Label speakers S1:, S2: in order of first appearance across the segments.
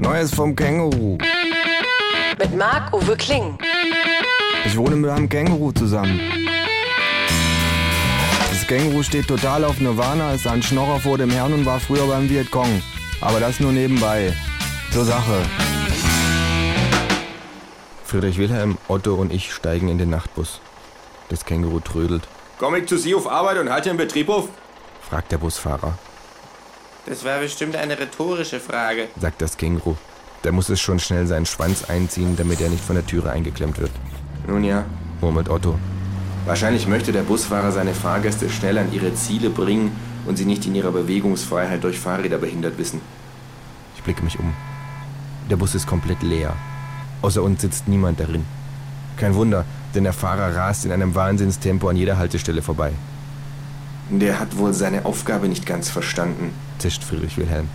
S1: Neues vom Känguru.
S2: Mit Marc-Uwe Kling.
S1: Ich wohne mit einem Känguru zusammen. Das Känguru steht total auf Nirvana, ist ein Schnorrer vor dem Herrn und war früher beim Vietcong. Aber das nur nebenbei. Zur Sache. Friedrich Wilhelm, Otto und ich steigen in den Nachtbus. Das Känguru trödelt,
S3: Komme ich zu Sie auf Arbeit und halte den Betrieb auf?
S1: fragt der Busfahrer,
S4: Das war bestimmt eine rhetorische Frage.
S1: sagt das Känguru. Da muss es schon schnell seinen Schwanz einziehen, damit er nicht von der Türe eingeklemmt wird,
S3: Nun ja,
S1: murmelt Otto.
S3: wahrscheinlich möchte der Busfahrer seine Fahrgäste schnell an ihre Ziele bringen und sie nicht in ihrer Bewegungsfreiheit durch Fahrräder behindert wissen.
S1: Ich blicke mich um. Der Bus ist komplett leer. Außer uns sitzt niemand darin. Kein Wunder, denn der Fahrer rast in einem Wahnsinnstempo an jeder Haltestelle vorbei,
S3: Der hat wohl seine Aufgabe nicht ganz verstanden.
S1: zischt Friedrich Wilhelm,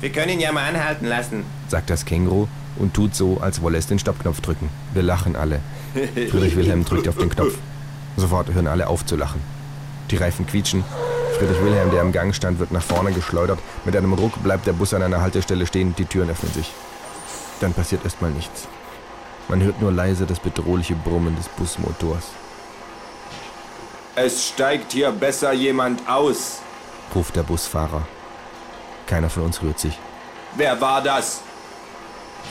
S4: Wir können ihn ja mal anhalten lassen.
S1: sagt das Känguru und tut so, als wolle es den Stoppknopf drücken. Wir lachen alle. Friedrich Wilhelm drückt auf den Knopf. Sofort hören alle auf zu lachen. Die Reifen quietschen. Friedrich Wilhelm, der im Gang stand, wird nach vorne geschleudert. Mit einem Ruck bleibt der Bus an einer Haltestelle stehen, die Türen öffnen sich. Dann passiert erstmal nichts. Man hört nur leise das bedrohliche Brummen des Busmotors.
S3: Es steigt hier besser jemand aus.
S1: ruft der Busfahrer. Keiner von uns rührt sich.
S3: Wer war das?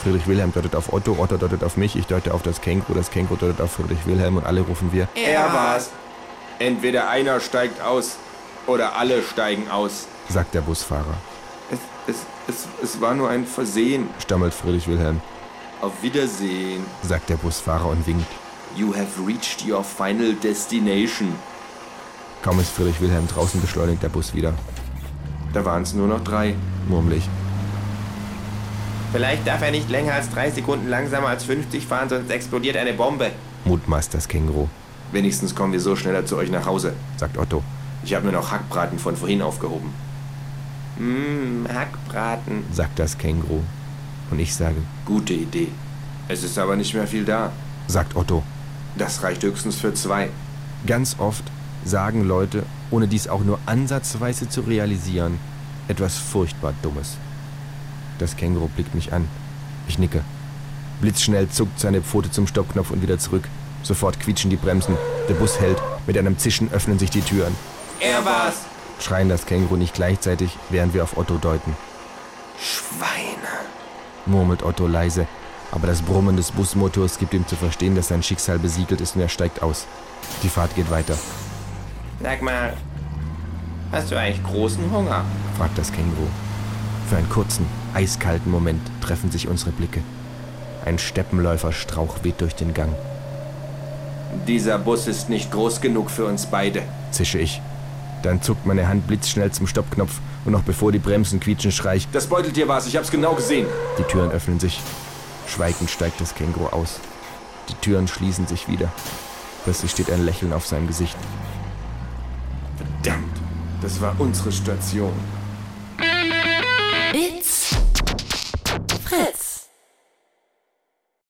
S1: Friedrich Wilhelm deutet auf Otto, Otto deutet auf mich, ich deute auf das Känguru, das Känguru deutet auf Friedrich Wilhelm und alle rufen wir.
S3: Er war's. Entweder einer steigt aus oder alle steigen aus.
S1: sagt der Busfahrer.
S3: Es, es, es, es war nur ein Versehen.
S1: Stammelt Friedrich Wilhelm,
S3: Auf Wiedersehen.
S1: sagt der Busfahrer und winkt.
S3: You have reached your final destination.
S1: Kaum ist Friedrich Wilhelm draußen, beschleunigt der Bus wieder.
S3: Da waren es nur noch drei.
S1: Murmel ich.
S4: Vielleicht darf er nicht länger als drei Sekunden langsamer als 50 fahren, sonst explodiert eine Bombe.
S1: Mutmaßt das Känguru,
S3: Wenigstens kommen wir so schneller zu euch nach Hause.
S1: sagt Otto.
S3: Ich habe mir noch Hackbraten von vorhin aufgehoben.
S4: Hm, Hackbraten.
S1: Sagt das Känguru. Und ich sage,
S3: Gute Idee. Es ist aber nicht mehr viel da.
S1: sagt Otto.
S3: Das reicht höchstens für zwei.
S1: Ganz oft sagen Leute, ohne dies auch nur ansatzweise zu realisieren, etwas furchtbar Dummes. Das Känguru blickt mich an. Ich nicke. Blitzschnell zuckt seine Pfote zum Stoppknopf und wieder zurück. Sofort quietschen die Bremsen. Der Bus hält. Mit einem Zischen öffnen sich die Türen.
S4: Er war's.
S1: Schreien das Känguru nicht gleichzeitig, während wir auf Otto deuten.
S3: Schweine.
S1: Murmelt Otto leise. Aber das Brummen des Busmotors gibt ihm zu verstehen, dass sein Schicksal besiegelt ist und er steigt aus. Die Fahrt geht weiter.
S4: Sag mal, hast du eigentlich großen Hunger?
S1: fragt das Känguru. Für einen kurzen, eiskalten Moment treffen sich unsere Blicke. Ein Steppenläuferstrauch weht durch den Gang,
S3: Dieser Bus ist nicht groß genug für uns beide.
S1: zische ich. Dann zuckt meine Hand blitzschnell zum Stoppknopf und noch bevor die Bremsen quietschen, schrei ich,
S3: Das Beuteltier war's, ich hab's genau gesehen.
S1: die Türen öffnen sich. Schweigend steigt das Känguru aus. Die Türen schließen sich wieder. Plötzlich steht ein Lächeln auf seinem Gesicht.
S3: Verdammt, das war unsere Station.